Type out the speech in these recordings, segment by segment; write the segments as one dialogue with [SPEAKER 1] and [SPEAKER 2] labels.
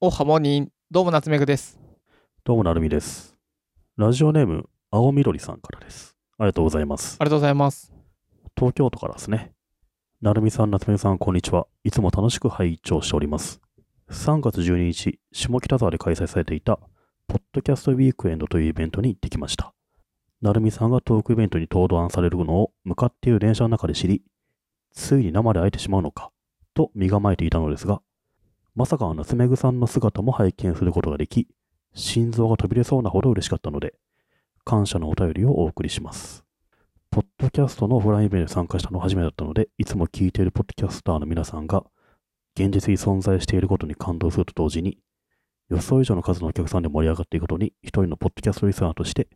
[SPEAKER 1] おはモニーどうも夏目くです
[SPEAKER 2] どうもなるみです。ラジオネーム、青みどりさんからです。ありがとうございます。
[SPEAKER 1] ありがとうございます
[SPEAKER 2] 東京都からですね。なるみさん、夏目さん、こんにちは。いつも楽しく拝聴しております。3月12日、下北沢で開催されていた、ポッドキャストウィークエンドというイベントに行ってきました。なるみさんがトークイベントに登壇されるのを向かっている電車の中で知り、ついに生で会えてしまうのか、と身構えていたのですが、まさかの夏目ぐさんの姿も拝見することができ、心臓が飛び出そうなほど嬉しかったので、感謝のお便りをお送りします。ポッドキャストのオフラインイベントに参加したのは初めてだったので、いつも聞いているポッドキャスターの皆さんが、現実に存在していることに感動すると同時に、予想以上の数のお客さんで盛り上がっていくことに、一人のポッドキャストリスナーとして、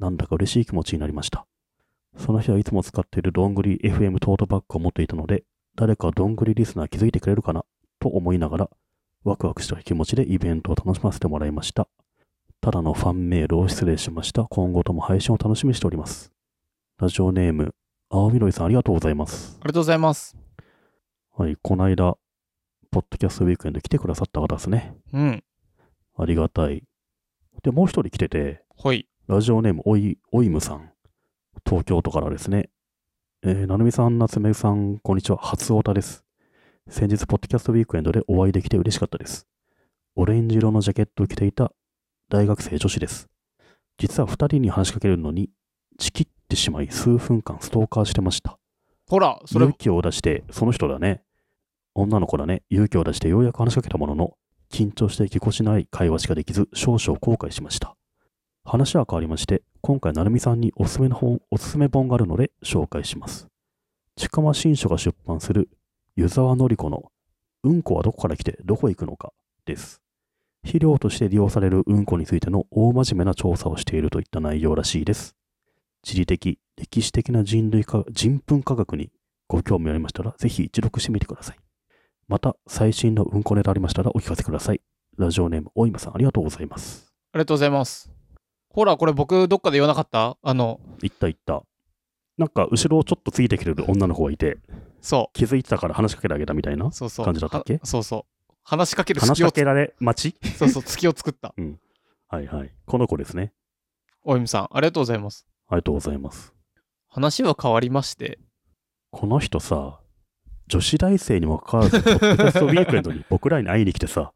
[SPEAKER 2] なんだか嬉しい気持ちになりました。その日はいつも使っているどんぐり FM トートバッグを持っていたので、誰かどんぐりリスナー気づいてくれるかなと思いながら、ワクワクした気持ちでイベントを楽しませてもらいました。ただのファンメールを失礼しました。今後とも配信を楽しみにしております。ラジオネーム、青みどりさん、ありがとうございます
[SPEAKER 1] あ。りがとうございます
[SPEAKER 2] はい、この間、ポッドキャストウィークエンド来てくださった方ですね。
[SPEAKER 1] うん
[SPEAKER 2] ありがたい。で、もう一人来てて、
[SPEAKER 1] ほい
[SPEAKER 2] ラジオネーム、おい、おいむさん。東京都からですね。えー、なるみさん、なつめさん、こんにちは。初オタです。先日、ポッドキャストウィークエンドでお会いできて嬉しかったです。オレンジ色のジャケットを着ていた大学生女子です。実は二人に話しかけるのに、チキってしまい、数分間ストーカーしてました。
[SPEAKER 1] ほらそれ
[SPEAKER 2] 勇気を出して、その人だね。女の子だね。勇気を出してようやく話しかけたものの、緊張してぎこちない会話しかできず、少々後悔しました。話は変わりまして、今回、なるみさんにおすすめの本、おすすめ本があるので紹介します。近間新書が出版する、湯沢のり子の、うんこはどこから来てどこへ行くのか、です。肥料として利用されるうんこについての大真面目な調査をしているといった内容らしいです。地理的、歴史的な人類か、人文科学にご興味ありましたら、ぜひ一読してみてください。また、最新のうんこネタありましたらお聞かせください。ラジオネーム、おいまさん、ありがとうございます。
[SPEAKER 1] ありがとうございますほらこれ僕どっかで言わなかったあの
[SPEAKER 2] いったいった。なんか、後ろをちょっとついてきてる女の子がいて、
[SPEAKER 1] そ
[SPEAKER 2] 気づいてたから話しかけてあげたみたいな
[SPEAKER 1] うそうそう
[SPEAKER 2] 感じだったっけ
[SPEAKER 1] はそうそう話しかける
[SPEAKER 2] 話
[SPEAKER 1] 隙
[SPEAKER 2] し
[SPEAKER 1] を
[SPEAKER 2] かけられ待ち
[SPEAKER 1] そうそう隙を作った
[SPEAKER 2] はいはい。この子ですね。
[SPEAKER 1] おゆみさんありがとうございます
[SPEAKER 2] ありがとうございます。
[SPEAKER 1] 話は変わりまして
[SPEAKER 2] この人さ、女子大生にもかかわら ず、ポッドキャストウィークエンドに僕らに会いに来てさ、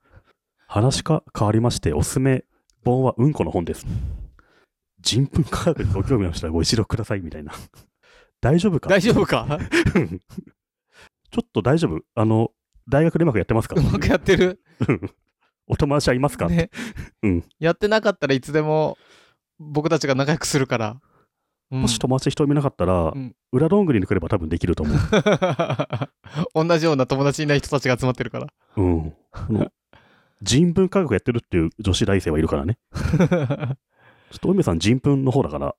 [SPEAKER 2] 話か変わりまして、おすすめ本はうんこの本です。人文科学にご興味ありましたらご一読くださいみたいな。大丈夫か
[SPEAKER 1] 大丈夫か
[SPEAKER 2] うんちょっと大丈夫あの、大学でうまくやってますか
[SPEAKER 1] うまくやってる
[SPEAKER 2] お友達はいますか、
[SPEAKER 1] ね、
[SPEAKER 2] うん
[SPEAKER 1] やってなかったらいつでも僕たちが仲良くするから、うん
[SPEAKER 2] もし友達一人見なかったら、
[SPEAKER 1] うん
[SPEAKER 2] 裏どんぐりに来れば多分できると思う。
[SPEAKER 1] 同じような友達いない人たちが集まってるから
[SPEAKER 2] うん。この人文科学やってるっていう女子大生はいるからね。ちょっと、お梅さん、人文の方だから、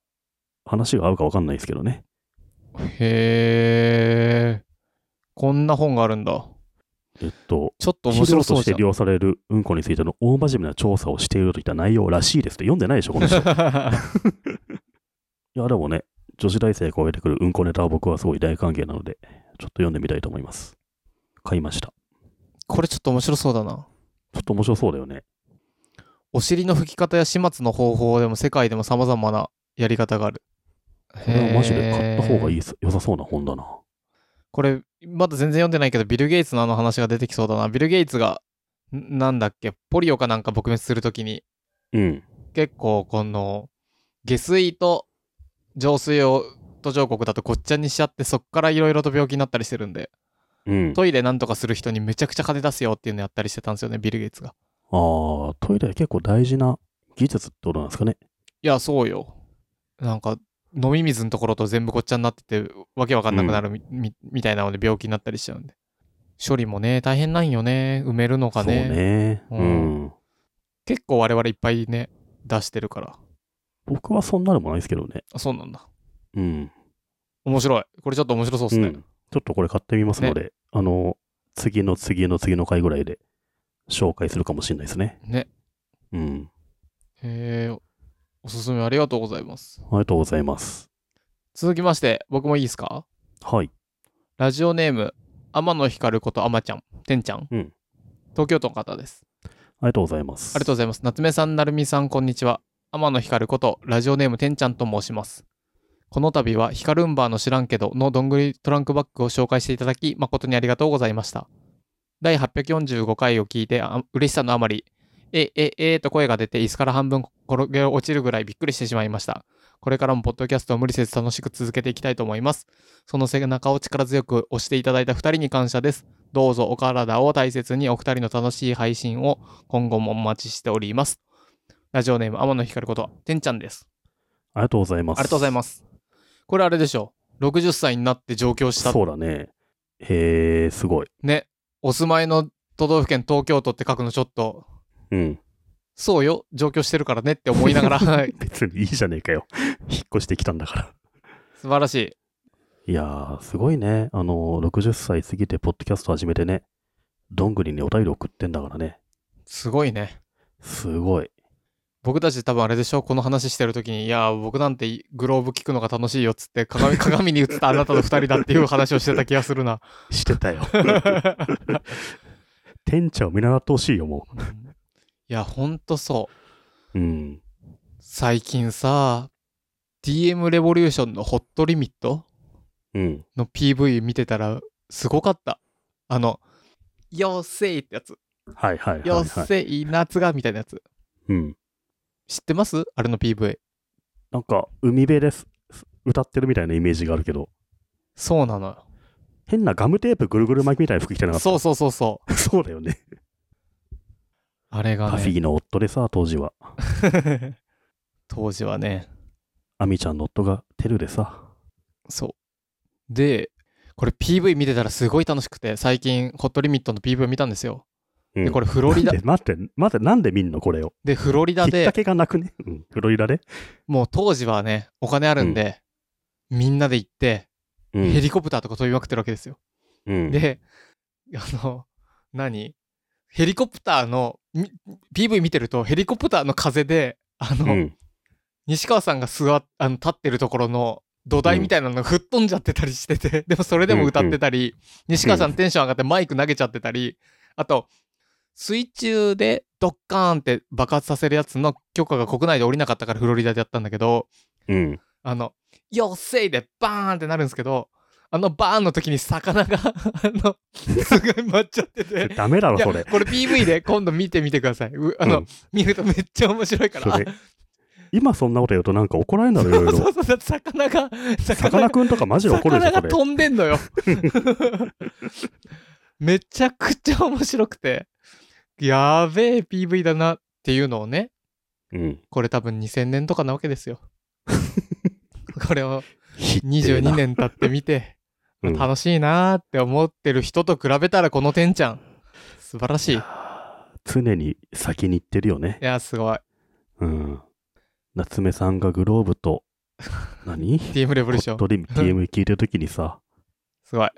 [SPEAKER 2] 話が合うか分かんないですけどね。
[SPEAKER 1] へえ。こんな本があるんだ。
[SPEAKER 2] えっと、
[SPEAKER 1] ちょっと面
[SPEAKER 2] 資料
[SPEAKER 1] 白そ
[SPEAKER 2] と
[SPEAKER 1] う
[SPEAKER 2] して
[SPEAKER 1] じ
[SPEAKER 2] 利用されるうんこについての大真面目な調査をしているといった内容らしいですって読んでないでしょ、こ の人。い
[SPEAKER 1] ゃん。
[SPEAKER 2] や、でもね、女子大生が超えてくるうんこネタは僕はすごい大歓迎なので、ちょっと読んでみたいと思います。買いました。
[SPEAKER 1] これちょっと面白そうだな。
[SPEAKER 2] ちょっと面白そうだよね。
[SPEAKER 1] お尻の拭き方や始末の方法でも世界でも様々なやり方がある。
[SPEAKER 2] これはマジで買った方がい
[SPEAKER 1] い。
[SPEAKER 2] い良さそうな本だな。
[SPEAKER 1] これ、まだ全然読んでないけど、ビル・ゲイツのあの話が出てきそうだな。ビル・ゲイツが、んなんだっけ、ポリオかなんか撲滅するときに、
[SPEAKER 2] うん。
[SPEAKER 1] 結構この下水と浄水を途上国だとごっちゃにしちゃってそっからいろいろと病気になったりしてるんで
[SPEAKER 2] うん。あ
[SPEAKER 1] トイレなんとかする人にめちゃくちゃ金出すよっていうのやったりしてたんですよねビル・ゲイツが
[SPEAKER 2] あー、トイレは結構大事な技術ってことなんですかね。
[SPEAKER 1] いやそうよなんか飲み水のところと全部ごっちゃになっててわけわかんなくなるみ,み、みたいなので病気になったりしちゃうんで処理もね大変なんよね埋めるの
[SPEAKER 2] そ
[SPEAKER 1] が
[SPEAKER 2] う
[SPEAKER 1] ね
[SPEAKER 2] ね。
[SPEAKER 1] う
[SPEAKER 2] うんん。
[SPEAKER 1] 結構我々いっぱいね出してるから
[SPEAKER 2] 僕はそんなのもないですけどね。
[SPEAKER 1] あそうなんだ
[SPEAKER 2] うん。
[SPEAKER 1] 面白いこれちょっと面白そうっす
[SPEAKER 2] う
[SPEAKER 1] ね、
[SPEAKER 2] ん、ちょっとこれ買ってみますので、あの、次の次の次の回ぐらいで紹介するかもしれないですね。
[SPEAKER 1] ね
[SPEAKER 2] うん。
[SPEAKER 1] へえおすすめありがとうございます
[SPEAKER 2] ありがとうございます。
[SPEAKER 1] 続きまして僕もいいですか
[SPEAKER 2] はい。
[SPEAKER 1] ラジオネーム天野ひかることあまちゃんてんちゃん、
[SPEAKER 2] うん
[SPEAKER 1] 東京都の方です
[SPEAKER 2] りがとうございます。
[SPEAKER 1] ありがとうございます。夏目さん、なるみさん、こんにちは。天野光こと、ラジオネームてんちゃんと申します。この度は、ヒカルンバーの知らんけどのどんぐりトランクバッグを紹介していただき、誠にありがとうございました。第845回を聞いて、あ嬉しさのあまり、え、え、えーと声が出て、椅子から半分転げ落ちるぐらいびっくりしてしまいました。これからもポッドキャストを無理せず楽しく続けていきたいと思います。その背中を力強く押していただいた2人に感謝です。どうぞお体を大切にお二人の楽しい配信を今後もお待ちしております。ラジオネーム、天野光こと、てんちゃんです。
[SPEAKER 2] ありがとうございま
[SPEAKER 1] あ
[SPEAKER 2] す。
[SPEAKER 1] りがとうござい
[SPEAKER 2] ま
[SPEAKER 1] ます。これあれでしょ。60歳になって上京した。
[SPEAKER 2] そうだね。へえ、すごい。
[SPEAKER 1] ね。お住まいの都道府県東京都って書くのちょっと、
[SPEAKER 2] うん。
[SPEAKER 1] そうよ、上京してるからねって思いなが ら、はい
[SPEAKER 2] 別にいいじゃねえかよ。 引っ越してきたんだから。
[SPEAKER 1] 素晴らしい。
[SPEAKER 2] いやー、すごいね。あの、60歳過ぎて、ポッドキャスト始めてね、どんぐりにお便り送ってんだからね。
[SPEAKER 1] すごいね。
[SPEAKER 2] すごい。
[SPEAKER 1] 僕たち多分あれでしょこの話してる時に、いやー、僕なんてグローブ聞くのが楽しいよっつって鏡、 鏡に映ったあなたと二人だっていう話をしてた気がする な。
[SPEAKER 2] してたよ。天茶を見習ってほしいよ、も
[SPEAKER 1] うんいや、ほんとそう。
[SPEAKER 2] う。うん。
[SPEAKER 1] 最近さ DM レボリューションのホットリミット
[SPEAKER 2] うん。
[SPEAKER 1] の PV 見てたらすごかったあの「よせい」ってやつ
[SPEAKER 2] はいはい
[SPEAKER 1] 「
[SPEAKER 2] はい、
[SPEAKER 1] よ
[SPEAKER 2] はい。
[SPEAKER 1] せい夏が」みたいなやつ
[SPEAKER 2] うん。
[SPEAKER 1] 知ってますあれの PV
[SPEAKER 2] なんか、海辺です。歌ってるみたいなイメージがあるけど、
[SPEAKER 1] そうなのよ
[SPEAKER 2] 変なガムテープぐるぐる巻きみたいな服着てなかった。
[SPEAKER 1] そうそうそうそう
[SPEAKER 2] そうだよね。
[SPEAKER 1] あれが
[SPEAKER 2] パフィ
[SPEAKER 1] ね
[SPEAKER 2] ーの夫でさ、当時は。
[SPEAKER 1] 当時はね
[SPEAKER 2] アミちゃんの夫がテルでさ。
[SPEAKER 1] そうでこれ PV 見てたらすごい楽しくて最近ホットリミットの PV 見たんですよ
[SPEAKER 2] うん
[SPEAKER 1] でこれフロリダ
[SPEAKER 2] なんで待って、待って、なんで見んのこれを。
[SPEAKER 1] でフロリダ
[SPEAKER 2] きっ
[SPEAKER 1] で
[SPEAKER 2] かけがなくね。うん。フロリダで。
[SPEAKER 1] もう当時はねお金あるんで、みんなで行って
[SPEAKER 2] うん
[SPEAKER 1] ヘリコプターとか飛びまくってるわけですよ。
[SPEAKER 2] うん、
[SPEAKER 1] で、あの、何ヘリコプターの、み PV 見てると、ヘリコプターの風で、あ
[SPEAKER 2] う
[SPEAKER 1] の、
[SPEAKER 2] ん、
[SPEAKER 1] 西川さんが座っあの立ってるところの土台みたいなのが吹っ飛んじゃってたりしてて、 でもそれでも歌ってたり、西川さんテンション上がってマイク投げちゃってたり、あと、水中でドッカーンって爆発させるやつの許可が国内で降りなかったからフロリダでやったんだけど、
[SPEAKER 2] うん。
[SPEAKER 1] あの、よっせいでバーンってなるんですけど、あのバーンの時に魚が、 あの、すごい舞っちゃってて。
[SPEAKER 2] ダメだろ、
[SPEAKER 1] いや
[SPEAKER 2] そ
[SPEAKER 1] こ
[SPEAKER 2] れ
[SPEAKER 1] れ。PV で今度見てみてください。うあの、
[SPEAKER 2] うん
[SPEAKER 1] 見るとめっちゃ面白いから。
[SPEAKER 2] それ今そんなこと言うとなんか怒られるんだろ、いろい
[SPEAKER 1] そ
[SPEAKER 2] ろ。
[SPEAKER 1] うそうそう、魚が、
[SPEAKER 2] さかなクンとかマジで怒るで
[SPEAKER 1] 魚
[SPEAKER 2] しょ、そ
[SPEAKER 1] が
[SPEAKER 2] れ。
[SPEAKER 1] 飛んでんの よ。めちゃくちゃ面白くて、やべえ PV だなっていうのをね、
[SPEAKER 2] うん。
[SPEAKER 1] これ多分2000年とかなわけです よ。これを
[SPEAKER 2] ひでえな
[SPEAKER 1] 22。年経ってみて。
[SPEAKER 2] うん
[SPEAKER 1] 楽しいなーって思ってる人と比べたらこのてんちゃん素晴らしいい
[SPEAKER 2] 常に先に行ってるよね。
[SPEAKER 1] やすごい
[SPEAKER 2] うん。夏目さんがグロー ブと、何
[SPEAKER 1] DM レボ
[SPEAKER 2] ホ
[SPEAKER 1] リューショ
[SPEAKER 2] ッ
[SPEAKER 1] ン
[SPEAKER 2] トリ TM 聞いてるときにさ、
[SPEAKER 1] すごい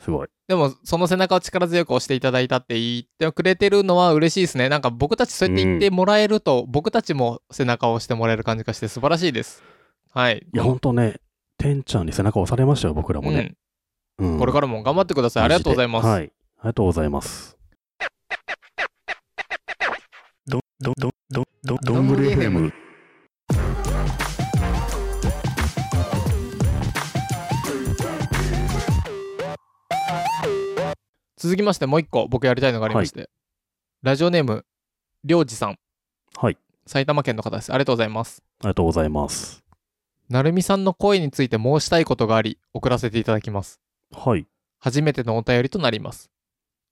[SPEAKER 2] すごい。
[SPEAKER 1] でもその背中を力強く押していただいたって言ってくれてるのは嬉しいですねなんか僕たちそうやって言ってもらえると、僕たちも背中を押してもらえる感じがして素晴らしいですはい
[SPEAKER 2] いや、ほんとね、てんちゃんに背中押されましたよ、僕らもね。
[SPEAKER 1] う
[SPEAKER 2] う
[SPEAKER 1] んん、これからも頑張ってくださいありがとうございます、
[SPEAKER 2] はい。ありがとうございます。ど、ど、ど、ど、ど、どんぐり FM。
[SPEAKER 1] 続きましてもう一個僕やりたいのがありまして、ラジオネームりょうじさん
[SPEAKER 2] はい。
[SPEAKER 1] 埼玉県の方ですありがとうございます
[SPEAKER 2] ありがとうございます。
[SPEAKER 1] なるみさんの声について申したいことがあり送らせていただきます
[SPEAKER 2] はい。
[SPEAKER 1] 初めてのお便りとなります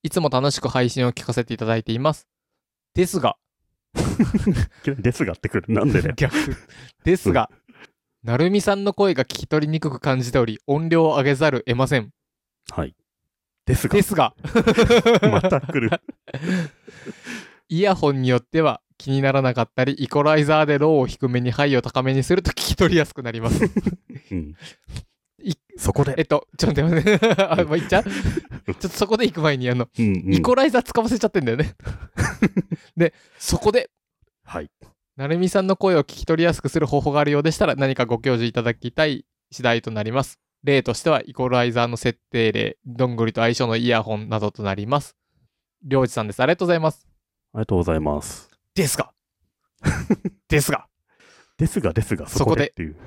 [SPEAKER 1] いつも楽しく配信を聞かせていただいていますですが
[SPEAKER 2] ですがってくる。なんで だよ。
[SPEAKER 1] 逆ですがなるみさんの声が聞き取りにくく感じており音量を上げざる得ません
[SPEAKER 2] はい。ですが
[SPEAKER 1] で。すが
[SPEAKER 2] また来る。
[SPEAKER 1] イヤホンによっては気にならなかったりイコライザーでローを低めにハイを高めにすると聞き取りやすくなります
[SPEAKER 2] うん
[SPEAKER 1] い
[SPEAKER 2] そこで
[SPEAKER 1] え。っとちょっと待って あもう行っちゃうちょっとそこで行く前にあの
[SPEAKER 2] うんうん
[SPEAKER 1] イコライザー使わせちゃってんだよ ね。で、そこで、
[SPEAKER 2] はい。
[SPEAKER 1] なるみさんの声を聞き取りやすくする方法があるようでしたら、何かご教授いただきたい次第となります。例としては、イコライザーの設定例、どんぐりと相性のイヤホンなどとなります。りょうじさんです。ありがとうございます。
[SPEAKER 2] りがとうございます。
[SPEAKER 1] ですが ですが
[SPEAKER 2] ですが、ですが、そ
[SPEAKER 1] そ
[SPEAKER 2] こ
[SPEAKER 1] こ
[SPEAKER 2] で
[SPEAKER 1] で
[SPEAKER 2] っていう。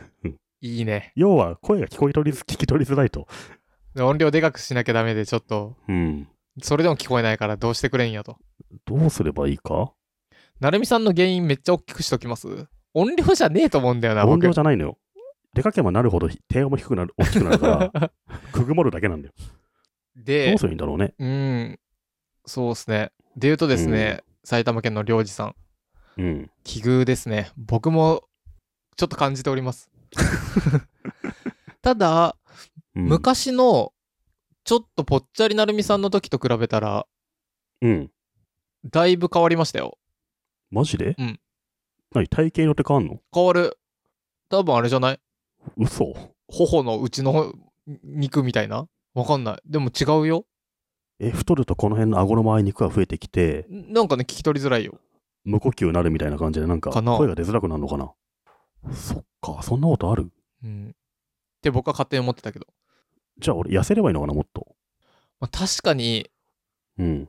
[SPEAKER 1] いいね。
[SPEAKER 2] 要は、声が聞こえ取りづ、聞き取りづらいと。
[SPEAKER 1] 音量でかくしなきゃダメで、ちょっと、
[SPEAKER 2] うん。
[SPEAKER 1] それでも聞こえないからどうしてくれんやと。
[SPEAKER 2] どうすればいいか
[SPEAKER 1] なるみさんの原因めっちゃ大きくしときます音量じゃねえと思うんだよな、
[SPEAKER 2] 音
[SPEAKER 1] 僕
[SPEAKER 2] 量。じゃないのよ。でかければなるほど低音も低くなる、大きくなる から、くぐもるだけなんだよ。ど
[SPEAKER 1] で
[SPEAKER 2] うす、ればいいんだろうね。
[SPEAKER 1] うん、そうですね。で言うとですね、埼玉県の領事さん、
[SPEAKER 2] うん。
[SPEAKER 1] 奇遇ですね。僕もちょっと感じており ます。ただ、
[SPEAKER 2] うん、
[SPEAKER 1] 昔のちょっとぽっちゃりなるみさんの時と比べたら、
[SPEAKER 2] うん。
[SPEAKER 1] だいぶ変わりましたよ。
[SPEAKER 2] マジで
[SPEAKER 1] うん。
[SPEAKER 2] 何体型によって変わんの
[SPEAKER 1] 変わる。多分あれじゃない
[SPEAKER 2] 嘘
[SPEAKER 1] 頬のうちの肉みたいなわかんない。でも違うよ。
[SPEAKER 2] え、太るとこの辺の顎の周り肉が増えてきて、
[SPEAKER 1] なんかね、聞き取りづらいよ。
[SPEAKER 2] 無呼吸になるみたいな感じで、なんか、
[SPEAKER 1] かな
[SPEAKER 2] 声が出づらくなるのかなそっか、そんなことある
[SPEAKER 1] うん。って僕は勝手に思ってたけど。
[SPEAKER 2] じゃあ俺、痩せればいいのかな、もっと。
[SPEAKER 1] まあ、確かに、
[SPEAKER 2] うん。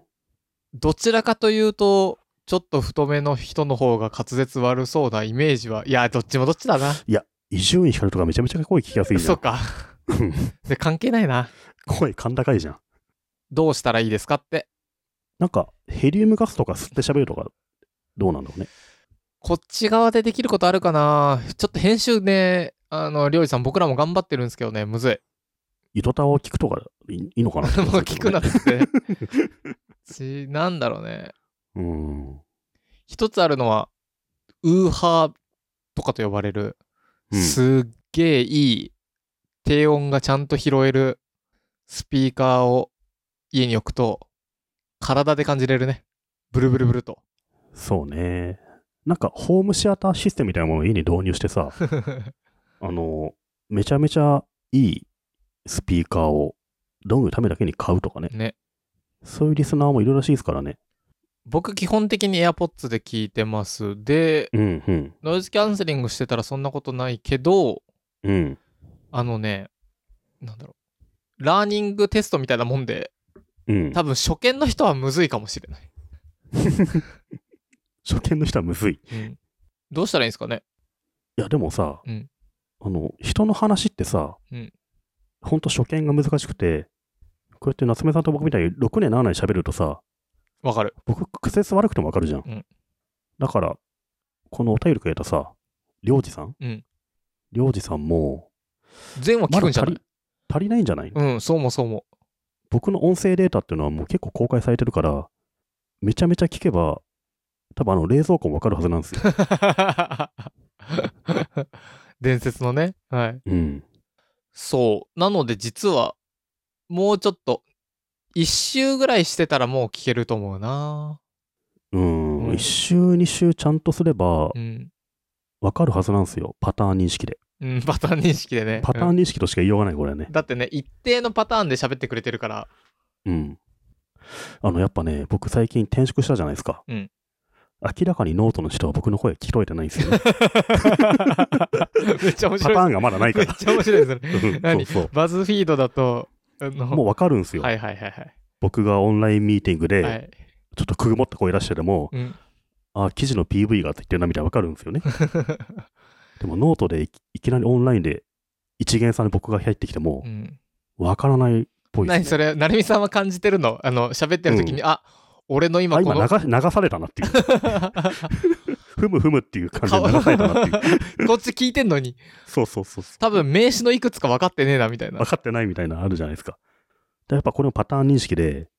[SPEAKER 1] どちらかというと、ちょっと太めの人の方が滑舌悪そうなイメージは、いや、どっちもどっちだな。
[SPEAKER 2] 伊集院光とかめちゃめちゃ声聞きやすいじゃ。
[SPEAKER 1] そうん か。
[SPEAKER 2] うん
[SPEAKER 1] で、関係ないな。
[SPEAKER 2] 声、甲高いじゃん。
[SPEAKER 1] どうしたらいいですかって。
[SPEAKER 2] なんか、ヘリウムガスとか吸って喋るとか、どうなんだろうね。
[SPEAKER 1] こっち側でできることあるかなちょっと編集ね、あの、りょうじさん、僕らも頑張ってるんですけどね、むずい。
[SPEAKER 2] 糸タワを聞くとかいいいの かなって
[SPEAKER 1] もう聞くなっ。つって。 ち、なんだろうね。
[SPEAKER 2] うん。
[SPEAKER 1] 一つあるのは、ウーハーとかと呼ばれる、
[SPEAKER 2] うん
[SPEAKER 1] すっげえいい低音がちゃんと拾えるスピーカーを家に置くと体で感じれるねブルブルブルと
[SPEAKER 2] そうね。なんか、ホームシアターシステムみたいなものを家に導入し てさ、あの、めちゃめちゃいいスピーカーを、どんぐりためだけに買うとかね。
[SPEAKER 1] ね
[SPEAKER 2] そういうリスナーもいるらしいですからね。
[SPEAKER 1] 僕基本的に AirPods で聞いてますで
[SPEAKER 2] うん、うん、
[SPEAKER 1] ノイズキャンセリングしてたらそんなことないけど
[SPEAKER 2] うん。
[SPEAKER 1] あのねなんだろうラーニングテストみたいなもんで
[SPEAKER 2] うん。
[SPEAKER 1] 多分初見の人はむずいかもしれない、
[SPEAKER 2] 初見の人はむずい。
[SPEAKER 1] うんどうしたらいいんですかね
[SPEAKER 2] いや、でもさ、
[SPEAKER 1] うん
[SPEAKER 2] あの、人の話ってさ、
[SPEAKER 1] うん
[SPEAKER 2] ほんと初見が難しくて、こうやって夏目さんと僕みたいに6年7年喋るとさ、
[SPEAKER 1] わかる
[SPEAKER 2] 僕、苦節悪くてもわかるじゃん。
[SPEAKER 1] うん
[SPEAKER 2] だから、このお便りくれたさ、りょうじさん
[SPEAKER 1] うん
[SPEAKER 2] りょうじさんも、
[SPEAKER 1] 全話聞くんじゃない、
[SPEAKER 2] まだ足りないんじゃない、
[SPEAKER 1] うんそうも そうも
[SPEAKER 2] 僕の音声データっていうのはもう結構公開されてるから、めちゃめちゃ聞けば、多分あの冷蔵庫もわかるはずなんですよ。
[SPEAKER 1] 伝説のね。はい。
[SPEAKER 2] うん。
[SPEAKER 1] そう。なので実は、もうちょっと、一周ぐらいしてたらもう聞けると思うな。
[SPEAKER 2] うん。
[SPEAKER 1] うん
[SPEAKER 2] 1週、2週ちゃんとすれば
[SPEAKER 1] う、ん。
[SPEAKER 2] わかるはずなんですよ。パターン認識で。
[SPEAKER 1] うん、 パターン認識でね。
[SPEAKER 2] パター
[SPEAKER 1] う
[SPEAKER 2] ン
[SPEAKER 1] ん
[SPEAKER 2] 認識としか言いようがない、これはね。
[SPEAKER 1] だってね、一定のパターンで喋ってくれてるから、
[SPEAKER 2] うん。あの、やっぱね、僕最近転職したじゃないですか。
[SPEAKER 1] うん
[SPEAKER 2] 明らかにノートの人は僕の声聞き取れてないんですよね。
[SPEAKER 1] めっちゃ面
[SPEAKER 2] パ
[SPEAKER 1] 白
[SPEAKER 2] タ
[SPEAKER 1] い。
[SPEAKER 2] ーンがまだないか
[SPEAKER 1] めっ
[SPEAKER 2] ら。
[SPEAKER 1] ちゃ面白いですね。
[SPEAKER 2] うん
[SPEAKER 1] 何
[SPEAKER 2] そう
[SPEAKER 1] バズフィードだと、あの
[SPEAKER 2] そう。もうわかるんですよ。
[SPEAKER 1] はいはいはいはい。
[SPEAKER 2] 僕がオンラインミーティングで、
[SPEAKER 1] はい
[SPEAKER 2] ちょっとくぐもった声出してでも、
[SPEAKER 1] うん、
[SPEAKER 2] あ、記事の PV がって言ってるなみたいなわかるんですよね。でもノートでいいきなりオンラインで一元さんに僕が入ってきても
[SPEAKER 1] う、ん
[SPEAKER 2] わからないっぽいです、ね。
[SPEAKER 1] 何それ、成美さんは感じてるのあの、喋ってる時に、あ俺の今
[SPEAKER 2] あ
[SPEAKER 1] この
[SPEAKER 2] 今流流されたなっていう。 ふむふむっていう感じで流されたなってい う。
[SPEAKER 1] こっち聞いてんのに、
[SPEAKER 2] そうそうそうそう。
[SPEAKER 1] 多分名詞のいくつか分かってねえなみたいな
[SPEAKER 2] 分。かってないみたいなのあるじゃないですか。でやっぱこれもパターン認識 で、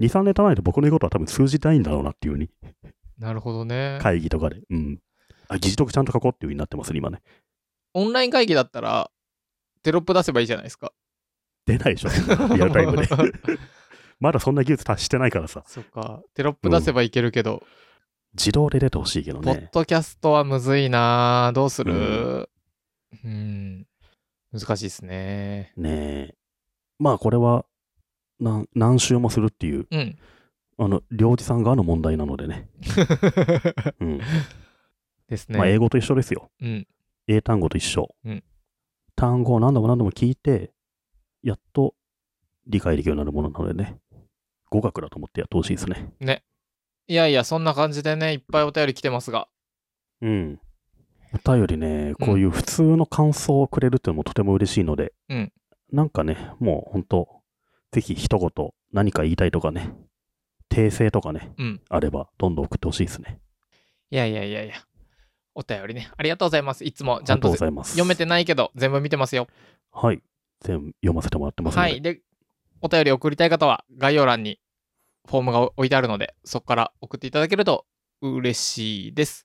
[SPEAKER 2] 2、3年経たないと僕の言うことは多分通じないんだろうなっていうふうに、
[SPEAKER 1] なるほどね。
[SPEAKER 2] 会議とかで。うん。あ、議事録ちゃんと書こうっていうふうになってますね、今ね。
[SPEAKER 1] オンライン会議だったら、テロップ出せばいいじゃないですか。
[SPEAKER 2] 出ないでしょ、そんなリアルタイム で。まだそんな技術達してないからさ、
[SPEAKER 1] そっか。テロップ出せばいけるけど、
[SPEAKER 2] 自動で出てほしいけど
[SPEAKER 1] ポッ
[SPEAKER 2] ね。
[SPEAKER 1] ドキャストはむずいなどうす
[SPEAKER 2] う
[SPEAKER 1] るうん。難しいですね。
[SPEAKER 2] ねえ。まあこれは、なん何周もするっていう、
[SPEAKER 1] うん。
[SPEAKER 2] あの、領事さん側の問題なのでね。 うん。
[SPEAKER 1] ですね。
[SPEAKER 2] まあ英語と一緒ですよ。
[SPEAKER 1] うん。
[SPEAKER 2] 英単語と一緒、
[SPEAKER 1] うん
[SPEAKER 2] 単語を何度も何度も聞いてやっと理解できるようになるものなのでね語学だと思ってやってほしいですね
[SPEAKER 1] ね。いやいや、そんな感じでね、いっぱいお便り来てますが。
[SPEAKER 2] うん。お便りね、こういう普通の感想をくれるっていうのもとても嬉しいので、
[SPEAKER 1] うん
[SPEAKER 2] なんかね、もう本当ぜひ一言何か言いたいとかね、訂正とかね、
[SPEAKER 1] うん
[SPEAKER 2] あればどんどん送ってほしいですね。
[SPEAKER 1] いやいやいやいや。お便りね。ありがとうございます。いつも
[SPEAKER 2] あり
[SPEAKER 1] ちゃ
[SPEAKER 2] が
[SPEAKER 1] ん
[SPEAKER 2] とう
[SPEAKER 1] と
[SPEAKER 2] ございます。
[SPEAKER 1] 読めてないけど、全部見てますよ。
[SPEAKER 2] はい。全部読ませてもらってますの
[SPEAKER 1] は
[SPEAKER 2] で、
[SPEAKER 1] い。で、お便り送りたい方は、概要欄にフォームが置いてあるので、そこから送っていただけると嬉しいです。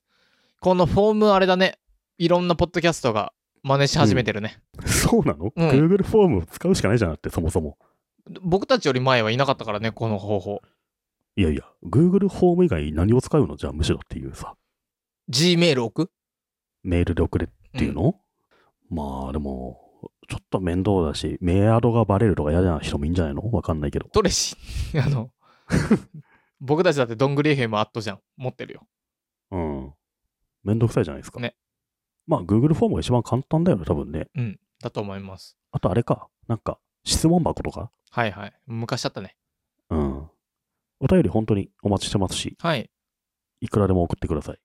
[SPEAKER 1] このフォーム、あれだね。いろんなポッドキャストが真似し始めてるね。
[SPEAKER 2] そうなの、
[SPEAKER 1] うん
[SPEAKER 2] ?Google フォームを使うしかないじゃなくて、そもそも。
[SPEAKER 1] 僕たちより前はいなかったからね、この方法。
[SPEAKER 2] いやいや、Google フォーム以外に何を使うのじゃあむしろっていうさ、
[SPEAKER 1] G メール置く
[SPEAKER 2] メールで送れっていうの、まあでも、ちょっと面倒だし、メアドがバレるとか嫌な人もいいんじゃないのわかんないけど。
[SPEAKER 1] トレシ あの、僕たちだってどんぐり FM アットじゃん。持ってるよ。
[SPEAKER 2] うん。めんどくさいじゃないですか。
[SPEAKER 1] ね。
[SPEAKER 2] まあ、Google フォームが一番簡単だよね、多分ね。
[SPEAKER 1] うん。だと思います。
[SPEAKER 2] あとあれか、なんか、質問箱とか。
[SPEAKER 1] はいはい。昔だったね。
[SPEAKER 2] うん。お便り本当にお待ちしてますし、
[SPEAKER 1] はい。
[SPEAKER 2] いくらでも送ってください。